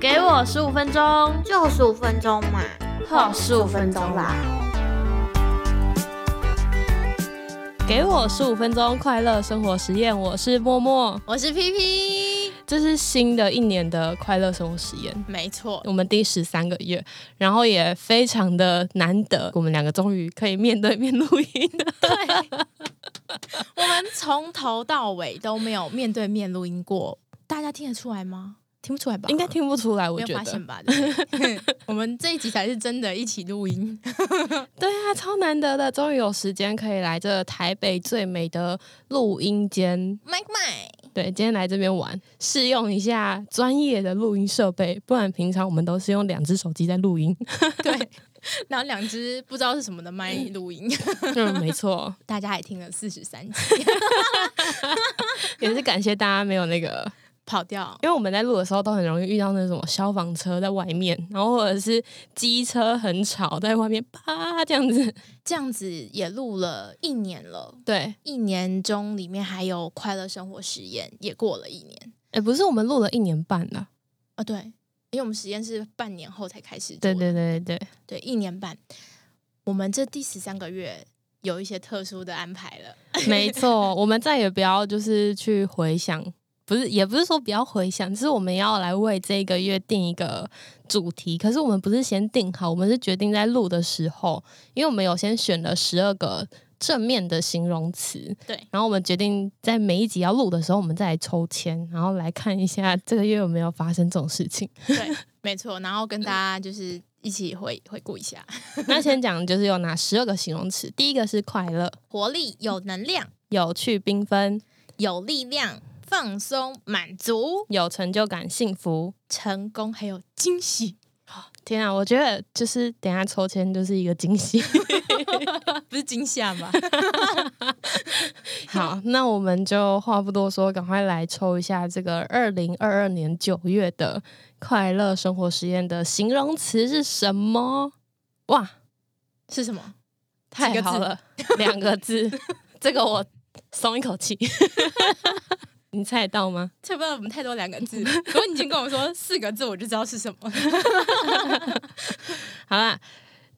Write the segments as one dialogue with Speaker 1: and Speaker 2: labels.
Speaker 1: 嚯，十五分钟，
Speaker 2: 就十五分钟嘛，
Speaker 1: 嚯，十五分钟啦，给我十五分钟快乐生活实验，我是默默，
Speaker 3: 我是 P P，
Speaker 1: 这是新的一年的快乐生活实验。
Speaker 3: 没错，
Speaker 1: 我们第十三个月，然后也非常的难得，我们两个终于可以面对面录音了。
Speaker 3: 我们从头到尾都没有面对面录音过，大家听得出来吗？听不出来吧？
Speaker 1: 应该听不出来，我
Speaker 3: 没有
Speaker 1: 觉
Speaker 3: 发
Speaker 1: 得
Speaker 3: 现。吧？对不对 我们这一集才是真的一起录音，
Speaker 1: 对啊，超难得的，终于有时间可以来这台北最美的录音间。
Speaker 3: 麦麦，
Speaker 1: 对，今天来这边玩，试用一下专业的录音设备，不然平常我们都是用两只手机在录音。
Speaker 3: 对。然后两只不知道是什么的麦录 音，
Speaker 1: 嗯，没错，
Speaker 3: 大家还听了四十 三集，
Speaker 1: 也是感谢大家没有那个
Speaker 3: 跑掉。
Speaker 1: 因为我们在录的时候都很容易遇到那种消防车在外面，然后或者是机车很吵在外面啪这样子。
Speaker 3: 这样子也录了一年了，
Speaker 1: 对，
Speaker 3: 一年中里面还有快乐生活实验也过了一年
Speaker 1: 哎，不是我们录了一年半了。
Speaker 3: 啊、对，因为我们实验是半年后才开始做
Speaker 1: 对
Speaker 3: 的，
Speaker 1: 对对对对，
Speaker 3: 对，一年半。我们这第十三个月有一些特殊的安排了，
Speaker 1: 没错，我们再也不要就是去回想，不是也不是说不要回想，是我们要来为这个月定一个主题。可是我们不是先定好，我们是决定在录的时候，因为我们有先选了十二个正面的形容词，
Speaker 3: 对，
Speaker 1: 然后我们决定在每一集要录的时候，我们再来抽签，然后来看一下这个月有没有发生这种事情。
Speaker 3: 对，没错。然后跟大家就是一起回回顾一下，
Speaker 1: 那先讲就是有哪十二个形容词，第一个是快乐、
Speaker 3: 活力、有能量、
Speaker 1: 有趣、缤纷、
Speaker 3: 有力量、放松、满足、
Speaker 1: 有成就感、幸福。
Speaker 3: 成功，还有惊喜。
Speaker 1: 天啊，我觉得就是等一下抽签就是一个惊喜。
Speaker 3: 啊不是惊吓吗？
Speaker 1: 好，那我们就话不多说，赶快来抽一下这个二零二二年九月的快乐生活实验的形容词是什么？哇，
Speaker 3: 是什么？
Speaker 1: 太
Speaker 3: 几个字
Speaker 1: 好了， 两个 字，这个我松一口气。 你猜得到吗？
Speaker 3: 猜不到我们太多两个字。如果你已经跟我说四个字，我就知道是什么。
Speaker 1: 好啦，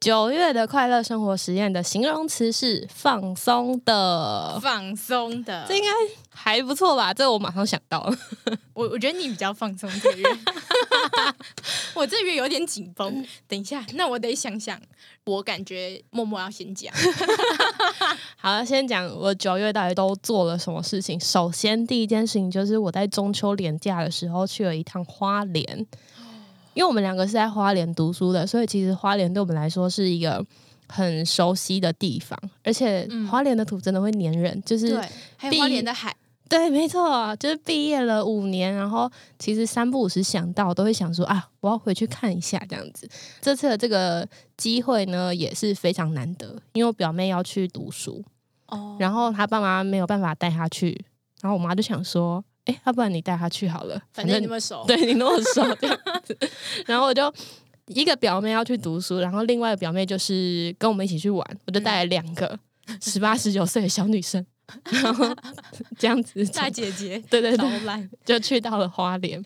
Speaker 1: 九月的快乐生活实验的形容词是放松的，
Speaker 3: 放松的，
Speaker 1: 这应该还不错吧？这我马上想到了。
Speaker 3: 我我觉得你比较放松 这个月， 我这个月有点紧绷。
Speaker 1: 嗯
Speaker 3: 等一下，那我得想想。我感觉默默要先 讲，
Speaker 1: 好，先讲我九月到底都做了什么事情。首先，第一件事情就是我在中秋连假的时候去了一趟花莲，因为我们两个是在花莲读书的，所以其实花莲对我们来说是一个很熟悉的地方，而且
Speaker 3: 嗯
Speaker 1: 花莲的土真的会黏人，就是
Speaker 3: 对，还有花莲的海，
Speaker 1: 对，没错，就是毕业了五年，然后其实三不五时想到都会想说啊，我要回去看一下这样子。这次的这个机会呢也是非常难得，因为我表妹要去读书，
Speaker 3: 哦
Speaker 1: 然后她爸妈没有办法带她去，然后我妈就想说，哎、要、不然你带她去好了，
Speaker 3: 反正你们熟，
Speaker 1: 对你那么熟这样子。然后我就一个表妹要去读书，然后另外一个表妹就是跟我们一起去玩，我就带了两个十八十九岁的小女生，然后这样子
Speaker 3: 大姐 姐
Speaker 1: 对对
Speaker 3: 捣
Speaker 1: 对，
Speaker 3: 烂，
Speaker 1: 就去到了花莲。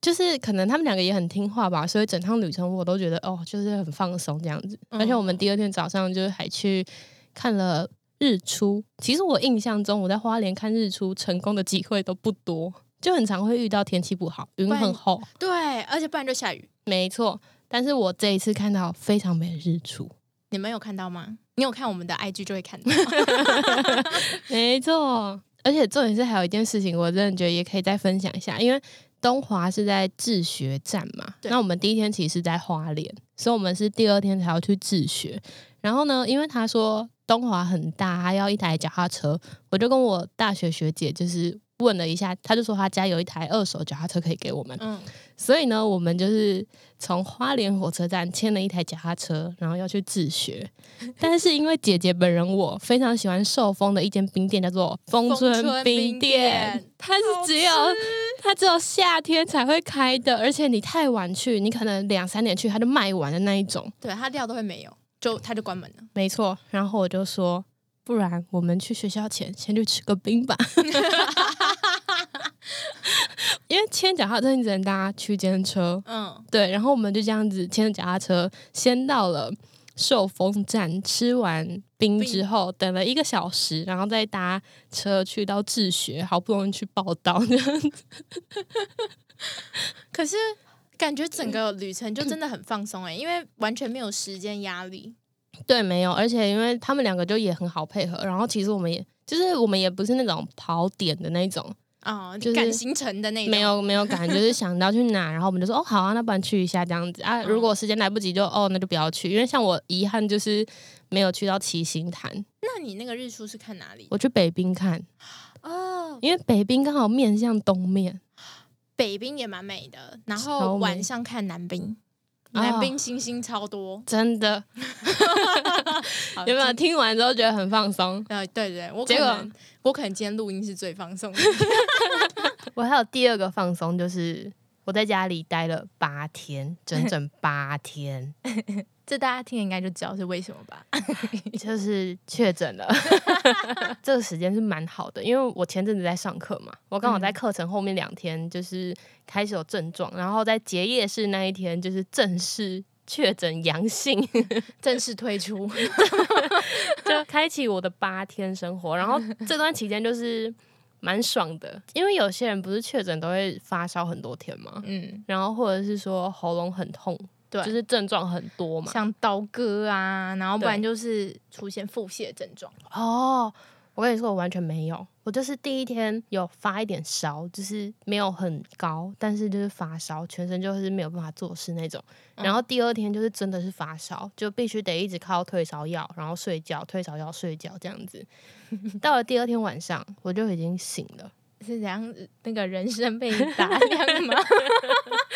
Speaker 1: 就是可能他们两个也很听话吧，所以整趟旅程我都觉得哦，就是很放松这样子。
Speaker 3: 嗯
Speaker 1: 而且我们第二天早上就是还去看了日出。其实我印象中我在花莲看日出成功的机会都不多，就很常会遇到天气不好，云
Speaker 3: 不然
Speaker 1: 很厚。
Speaker 3: 对，而且不然就下雨。
Speaker 1: 没错，但是我这一次看到非常美的日出。
Speaker 3: 你们有看到吗？你有看我们的 IG 就 会看到，
Speaker 1: 没错，而且重点是还有一件事情，我真的觉得也可以再分享一下，因为东华是在治学站嘛，
Speaker 3: 对
Speaker 1: 那我们第一天其实是在花莲，所以我们是第二天才要去治学。然后呢，因为他说东华很大，他要一台脚踏车，我就跟我大学学姐就是问了一下，她就说她家有一台二手脚踏车可以给我们，
Speaker 3: 嗯，
Speaker 1: 所以呢，我们就是从花莲火车站牵了一台脚踏车，然后要去自学。但是因为姐姐本人我非常喜欢寿丰的一间冰店，叫做丰春冰
Speaker 3: 丰春冰
Speaker 1: 店
Speaker 3: 店，
Speaker 1: 它是只有它只有夏天才会开的，而且你太晚去，你可能两三点去它就卖完的那一种。
Speaker 3: 对，它料都会没有，就它就关门了。
Speaker 1: 没错，然后我就说，不然 我们去学校前先去吃个冰吧。因为牵脚踏车你只能搭区间车，
Speaker 3: 嗯，
Speaker 1: 对，然后我们就这样子牵着脚踏车，先到了寿丰站，吃完冰之后，等了一个小时，然后再搭车去到治学，好不容易去报道，
Speaker 3: 可是感觉整个旅程就真的很放松哎、因为完全没有时间压力。
Speaker 1: 对，没有，而且因为他们两个就也很好配合，然后其实我们也就是我们也不是那种跑点的那种，
Speaker 3: 哦，
Speaker 1: 就是
Speaker 3: 你赶行程的那种
Speaker 1: 没，有没有感，就是想到去哪，然后我们就说哦好啊，那不然去一下这样子啊。如果时间来不及就哦那就不要去，因为像我遗憾就是没有去到七星潭，
Speaker 3: 那你那个日出是看哪里？
Speaker 1: 我去北冰看，
Speaker 3: 哦，
Speaker 1: 因为北冰刚好面向东面，
Speaker 3: 北冰也蛮美的，然
Speaker 1: 超
Speaker 3: 后
Speaker 1: 美
Speaker 3: 晚上看南冰，
Speaker 1: 哦
Speaker 3: 南冰星星超 多。
Speaker 1: 真的
Speaker 3: 好
Speaker 1: 有没有？听完之后觉得很放松？
Speaker 3: 呃，对对，我可
Speaker 1: 结果
Speaker 3: 能我可能今天录音是最放松的，
Speaker 1: 我还有第二个放松就是。我在家里待了八天，整整八 天，
Speaker 3: 这大家听了应该就知道是为什么吧？
Speaker 1: 就是确诊 了。这个时间是蛮好的，因为我前阵子在上课嘛，我刚好在
Speaker 3: 嗯
Speaker 1: 课程后面两天就是开始有症状，然后在结业式那一天就是正式确诊阳性，
Speaker 3: 正式退出，
Speaker 1: 就开启我的八天生活。然后这段期间就是蛮爽的，因为有些人不是确诊都会发烧很多天嘛，
Speaker 3: 嗯，
Speaker 1: 然后或者是说喉咙很痛，
Speaker 3: 对
Speaker 1: 就是症状很多嘛。
Speaker 3: 像刀割啊，然后不
Speaker 1: 对
Speaker 3: 然就是出现腹泻症状。
Speaker 1: 哦，我跟你说，我完全没有，我就是第一天有发一点烧，就是没有很高，但是就是发烧，全身就是没有办法做事那种。
Speaker 3: 嗯
Speaker 1: 然后第二天就是真的是发烧，就必须得一直靠退烧药，然后睡觉，退烧药睡觉这样子。到了第二天晚上，我就已经醒了。
Speaker 3: 是怎样？那个人生被打量吗？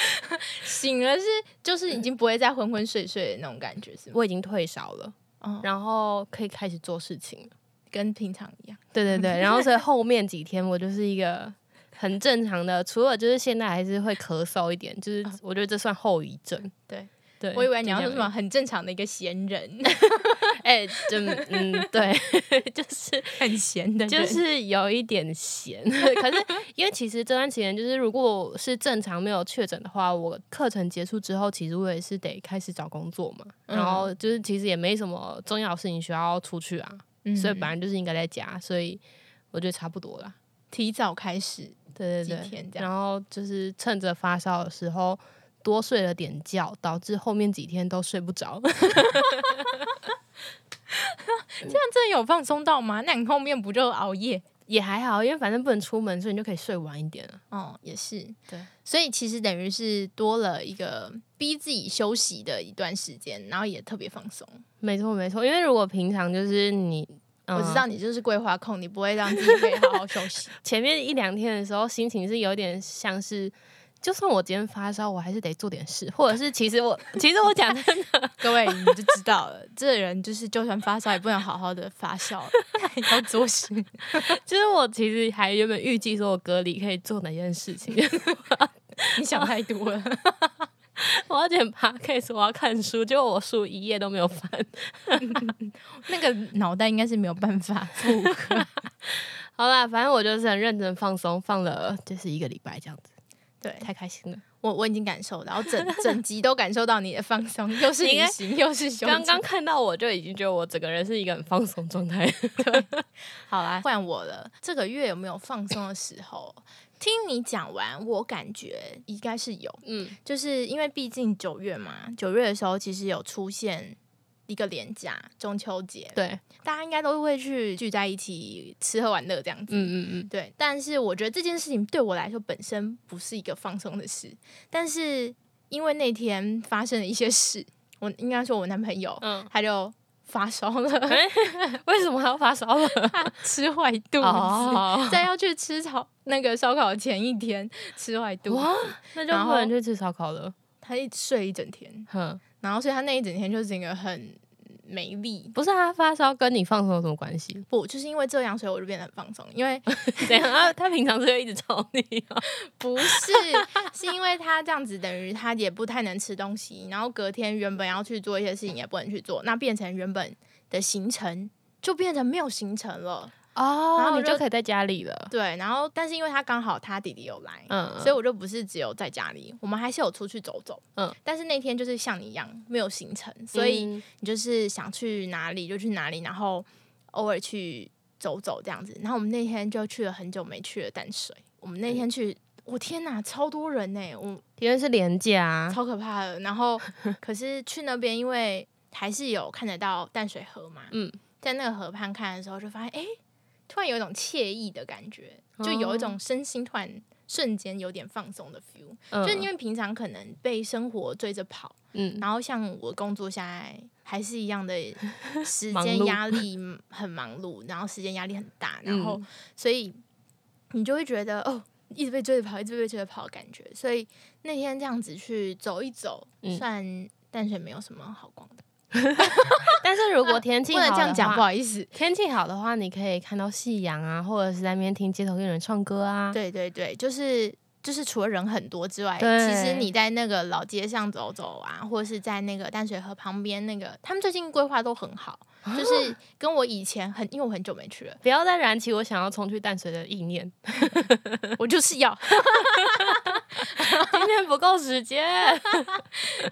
Speaker 3: 醒了是就是已经不会再昏昏睡睡的那种感觉，是吗？
Speaker 1: 我已经退烧了，
Speaker 3: 哦，
Speaker 1: 然后可以开始做事情了。
Speaker 3: 跟平常一样。
Speaker 1: 对对对，然后所以后面几天我就是一个很正常的，除了就是现在还是会咳嗽一点，就是我觉得这算后遗症。
Speaker 3: 啊对
Speaker 1: 对，
Speaker 3: 我以为你要说什
Speaker 1: 就
Speaker 3: 么很正常的一个闲 人，
Speaker 1: 这样而已？哎、 就嗯，对，就是
Speaker 3: 很闲的人，
Speaker 1: 就是有一点闲， 可是因为其实这段期间就是如果是正常没有确诊的话，我课程结束之后，其实我也是得开始找工作嘛，
Speaker 3: 嗯
Speaker 1: 然后就是其实也没什么重要的事情需要出去啊，
Speaker 3: 嗯
Speaker 1: 所以本来就是应该在家，所以我觉得差不多啦。
Speaker 3: 提早开始。
Speaker 1: 对
Speaker 3: 几
Speaker 1: 对对，
Speaker 3: 天这样
Speaker 1: 然后就是趁着发烧的时候多睡了点觉，导致后面几天都睡不着。
Speaker 3: 那真的有放松到吗？那你后面不就熬夜？
Speaker 1: 也还好，因为反正不能出门，所以你就可以睡晚一点了。
Speaker 3: 哦，也是。
Speaker 1: 对，
Speaker 3: 所以其实等于是多了一个逼自己休息的一段时间，然后也特别放松。
Speaker 1: 没错没错，因为如果平常就是你，嗯
Speaker 3: 我知道你就是规划控，你不会让自己可以好好休息。
Speaker 1: 前面一两天的时候心情是有点像是。就算我今天发烧，我还是得做点事，或者是其实 我其实我讲真的，
Speaker 3: 各位你就知道了，这人就是就算发烧也不能好好的发烧， 要做事。
Speaker 1: 就是我其实还原本预计说我隔离可以做哪件事情，
Speaker 3: 你想太多了。
Speaker 1: 我要剪 p o d c 我要看书，结果我书一页都没有翻，
Speaker 3: 那个脑袋应该是没有办法负荷。
Speaker 1: 好啦，反正我就是很认真放松，放了就是一个礼拜这样子，
Speaker 3: 对
Speaker 1: 太开心了。
Speaker 3: 我我已经感受到，整整集都感受到你的放松，又是
Speaker 1: 应
Speaker 3: 旅
Speaker 1: 该
Speaker 3: 行又是休息。
Speaker 1: 刚刚看到我就已经觉得我整个人是一个很放松状态。
Speaker 3: 好
Speaker 1: 啊
Speaker 3: 啦，换我了。这个月有没有放松的时候？听你讲完，我感觉应该是有，
Speaker 1: 嗯，
Speaker 3: 就是因为毕竟九月嘛，九月的时候其实有出现一个连假，中秋节，
Speaker 1: 对，
Speaker 3: 大家应该都会去聚在一起吃喝玩乐这样子。
Speaker 1: 嗯嗯
Speaker 3: 对，但是我觉得这件事情对我来说本身不是一个放松的事，但是因为那天发生了一些事，我应该说我男朋友
Speaker 1: 嗯
Speaker 3: 他就发烧了，
Speaker 1: 嗯，为什么还要发烧 了？
Speaker 3: 他吃坏肚 子，
Speaker 1: 哦，
Speaker 3: 在要去吃烧那个烧烤的前一天吃坏肚
Speaker 1: 哇
Speaker 3: 子，
Speaker 1: 那就不能去吃烧烤了。
Speaker 3: 他一睡一整天，
Speaker 1: 哼，
Speaker 3: 然后所以他那一整天就整个很没力。
Speaker 1: 不是啊，发烧跟你放松有什么关系？
Speaker 3: 不，就是因为这样，所以我就变得很放松，因为
Speaker 1: 怎样啊？他平常是会一直吵你啊？
Speaker 3: 不是，是因为他这样子，等于他也不太能吃东西，然后隔天原本要去做一些事情也不能去做，那变成原本的行程就变成没有行程了。
Speaker 1: 哦
Speaker 3: 然后
Speaker 1: 你就
Speaker 3: 就
Speaker 1: 可以在家里了。
Speaker 3: 对，然后但是因为他刚好他弟弟有来，
Speaker 1: 嗯，
Speaker 3: 所以我就不是只有在家里，我们还是有出去走走。
Speaker 1: 嗯
Speaker 3: 嗯，但是那天就是像你一样没有行程，所以
Speaker 1: 嗯
Speaker 3: 你就是想去哪里就去哪里，然后偶尔去走走这样子。然后我们那天就去了很久没去的淡水，我们那
Speaker 1: 嗯
Speaker 3: 天去，我天哪，超多人呢、我
Speaker 1: 因为是廉价啊，
Speaker 3: 超可怕的。然后可是去那边，因为还是有看得到淡水河嘛，
Speaker 1: 嗯
Speaker 3: 嗯，在那个河畔看的时候，就发现哎、诶突然有一种惬意的感觉，就有一种身心突然瞬间有点放松的 feel。
Speaker 1: 哦嗯
Speaker 3: 就因为平常可能被生活追着跑，
Speaker 1: 嗯
Speaker 3: 然后像我工作下来还是一样的时
Speaker 1: 忙
Speaker 3: 间
Speaker 1: 碌
Speaker 3: 压力很忙碌，然后时间压力很大，然后
Speaker 1: 嗯
Speaker 3: 所以你就会觉得哦，一直被追着跑，一直被追着跑的感觉。所以那天这样子去走一走，
Speaker 1: 嗯
Speaker 3: 虽然淡水没有什么好逛的，
Speaker 1: 但是如果天气
Speaker 3: 不能
Speaker 1: 好
Speaker 3: 这样
Speaker 1: 的
Speaker 3: 讲，
Speaker 1: 话
Speaker 3: 不好意思。
Speaker 1: 天气好的话，你可以看到夕阳啊，或者是在那边听街头艺人唱歌啊。
Speaker 3: 对对对，就是就是除了人很多之外，
Speaker 1: 对
Speaker 3: 其实你在那个老街上走走啊，或者是在那个淡水河旁边那个，他们最近规划都很好，
Speaker 1: 啊
Speaker 3: 就是跟我以前很，因为我很久没去了，
Speaker 1: 不要再燃起我想要冲去淡水的意 念，
Speaker 3: 我就是要
Speaker 1: 今天不够时 间。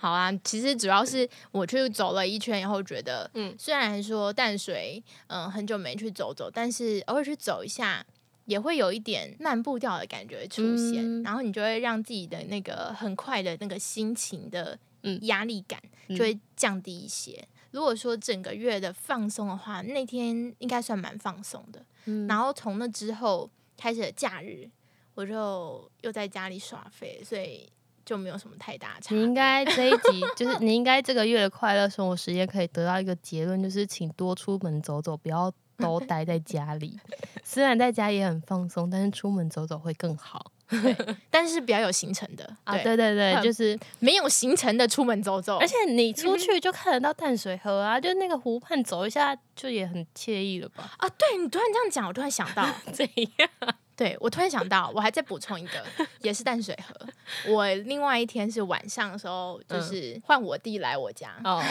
Speaker 3: 好啊。其实主要是我去走了一圈以后，觉得
Speaker 1: 嗯
Speaker 3: 嗯，虽然说淡水嗯、呃很久没去走走，但是偶尔去走一下。也会有一点慢步调的感觉出现，
Speaker 1: 嗯
Speaker 3: 然后你就会让自己的那个很快的那个心情的
Speaker 1: 嗯
Speaker 3: 压力感
Speaker 1: 嗯
Speaker 3: 就会降低一些。如果说整个月的放松的话，那天应该算蛮放松的。
Speaker 1: 嗯
Speaker 3: 然后从那之后开始的假日，我就又在家里耍废，所以就没有什么太大差别。
Speaker 1: 你应该这一集就是你应该这个月的快乐生活实验可以得到一个结论，就是请多出门走走，不要都待在家 里。虽然在家也很放松，但是出门走走会更好
Speaker 3: 对，但是比较有行程的
Speaker 1: 啊。对对对，
Speaker 3: 很
Speaker 1: 就是
Speaker 3: 没有行程的出门走走，
Speaker 1: 而且你出去就看得到淡水河啊，就那个湖畔走一下就也很惬意了吧？
Speaker 3: 啊，对你突然这样讲，我突然想到，
Speaker 1: 这样
Speaker 3: 对我突然想到，我还再补充一个，也是淡水河。我另外一天是晚上的时候，就
Speaker 1: 嗯
Speaker 3: 是换我弟来我家，
Speaker 1: 哦，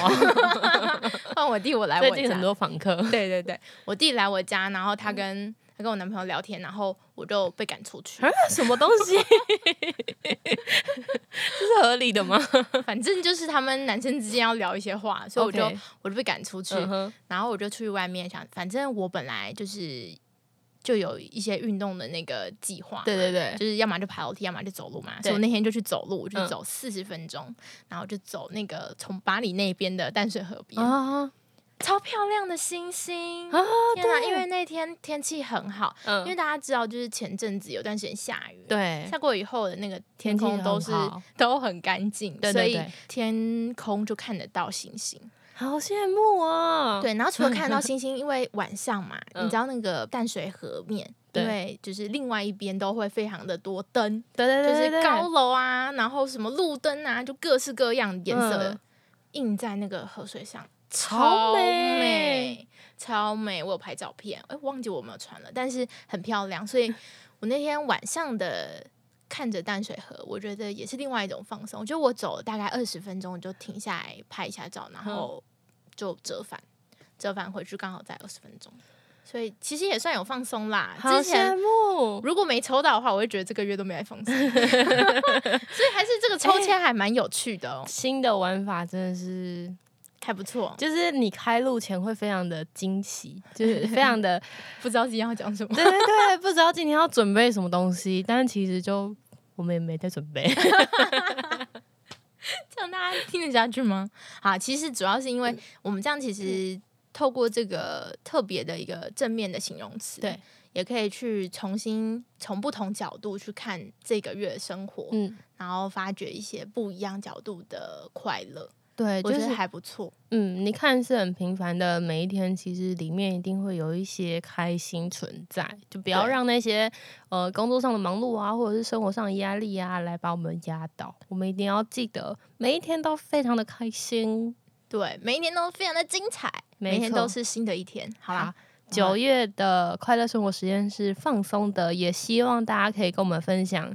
Speaker 3: 换我弟我来我
Speaker 1: 最
Speaker 3: 家，
Speaker 1: 近很多访 客，
Speaker 3: 对对对，我弟来我家，然后他跟、他跟我男朋友聊天，然后我就被赶出去。
Speaker 1: 啊什么东西？ 这是合理 的吗？
Speaker 3: 反正就是他们男生之间要聊一些话，所以我就
Speaker 1: OK
Speaker 3: 我就被赶出去，
Speaker 1: 嗯哼
Speaker 3: 然后我就出去外面想，反正我本来就是就有一些运动的那个计划，
Speaker 1: 对对对，
Speaker 3: 就是要么就爬楼梯，要么就走路嘛。
Speaker 1: 对
Speaker 3: 所以我那天就去走路，我就
Speaker 1: 嗯
Speaker 3: 走四十分钟，然后就走那个从巴黎那边的淡水河边，
Speaker 1: 啊
Speaker 3: 超漂亮的星星。
Speaker 1: 啊！
Speaker 3: 天哪！
Speaker 1: 对
Speaker 3: 因为那天天气很好，因为
Speaker 1: 嗯，
Speaker 3: 大家知道，就是前阵子有段时间下雨，，
Speaker 1: 对，
Speaker 3: 下过以后的那个
Speaker 1: 天
Speaker 3: 天
Speaker 1: 气
Speaker 3: 空都
Speaker 1: 很
Speaker 3: 是
Speaker 1: 好
Speaker 3: 都很干净，
Speaker 1: 对
Speaker 3: 所
Speaker 1: 对
Speaker 3: 以
Speaker 1: 对
Speaker 3: 天空就看得到星星。
Speaker 1: 好羡慕啊！，
Speaker 3: 对，然后除了 看得到星星，因为晚上嘛，
Speaker 1: 嗯
Speaker 3: 你知道那个淡水河面。
Speaker 1: 对
Speaker 3: 因为就是另外一边都会非常的多灯，
Speaker 1: 对对
Speaker 3: 就
Speaker 1: 对对
Speaker 3: 是
Speaker 1: 对
Speaker 3: 高楼啊，然后什么路灯啊，就各式各样颜色的
Speaker 1: 嗯
Speaker 3: 映在那个河水上，
Speaker 1: 超
Speaker 3: 超
Speaker 1: 美
Speaker 3: 美，超美。我有拍照片，哎，忘记我有没有传了，但是很漂亮。所 以我那天晚上的看着淡水河，我觉得也是另外一种放松。就我走了大概二十分钟，我就停下来拍一下照，然后就折返，折返回去刚好在二十分钟，所以其实也算有放松啦。
Speaker 1: 好
Speaker 3: 之前
Speaker 1: 羡慕。
Speaker 3: 如果没抽到的话，我会觉得这个月都没来 放松，所以还是这个抽签还蛮有趣的哦，
Speaker 1: 新的玩法真的是，
Speaker 3: 还不错。
Speaker 1: 就是你开路前会非常的惊喜， 就是非常的，
Speaker 3: 不知道今天要讲什么，
Speaker 1: 对对对，不知道今天要准备什么东西，但是其实就我们也没在准备。
Speaker 3: 这样大家听得下去吗？好，其实主要是因
Speaker 1: 嗯
Speaker 3: 为我们这样其实透过这个特别的一个正面的形容词，
Speaker 1: 对，
Speaker 3: 也可以去重新从不同角度去看这个月的生活，
Speaker 1: 嗯，
Speaker 3: 然后发掘一些不一样角度的快乐，
Speaker 1: 对，
Speaker 3: 我
Speaker 1: 就
Speaker 3: 觉得
Speaker 1: 是
Speaker 3: 还不错。
Speaker 1: 嗯，你看似很平凡的每一天，其实里面一定会有一些开心存在，就不要
Speaker 3: 对
Speaker 1: 让那些呃工作上的忙碌啊，或者是生活上的压力啊，来把我们压倒。我们一定要记得，每一天都非常的开心。
Speaker 3: 对，每一年都非常的精彩，
Speaker 1: 没
Speaker 3: 每一天
Speaker 1: 错
Speaker 3: 都是新的一天。好啦，
Speaker 1: 九月的快乐生活实验室放松的，也希望大家可以跟我们分享，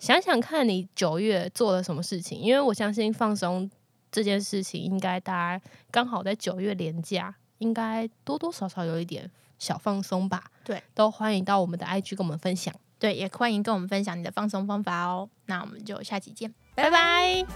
Speaker 1: 想想看你九月做了什么事情，因为我相信放松这件事情，应该大家刚好在九月连假，应该多多少少有一点小放松吧，
Speaker 3: 对，
Speaker 1: 都欢迎到我们的 IG 跟我们分享。
Speaker 3: 对，也欢迎跟我们分享你的放松方法哦。那我们就下期见，
Speaker 1: 拜拜。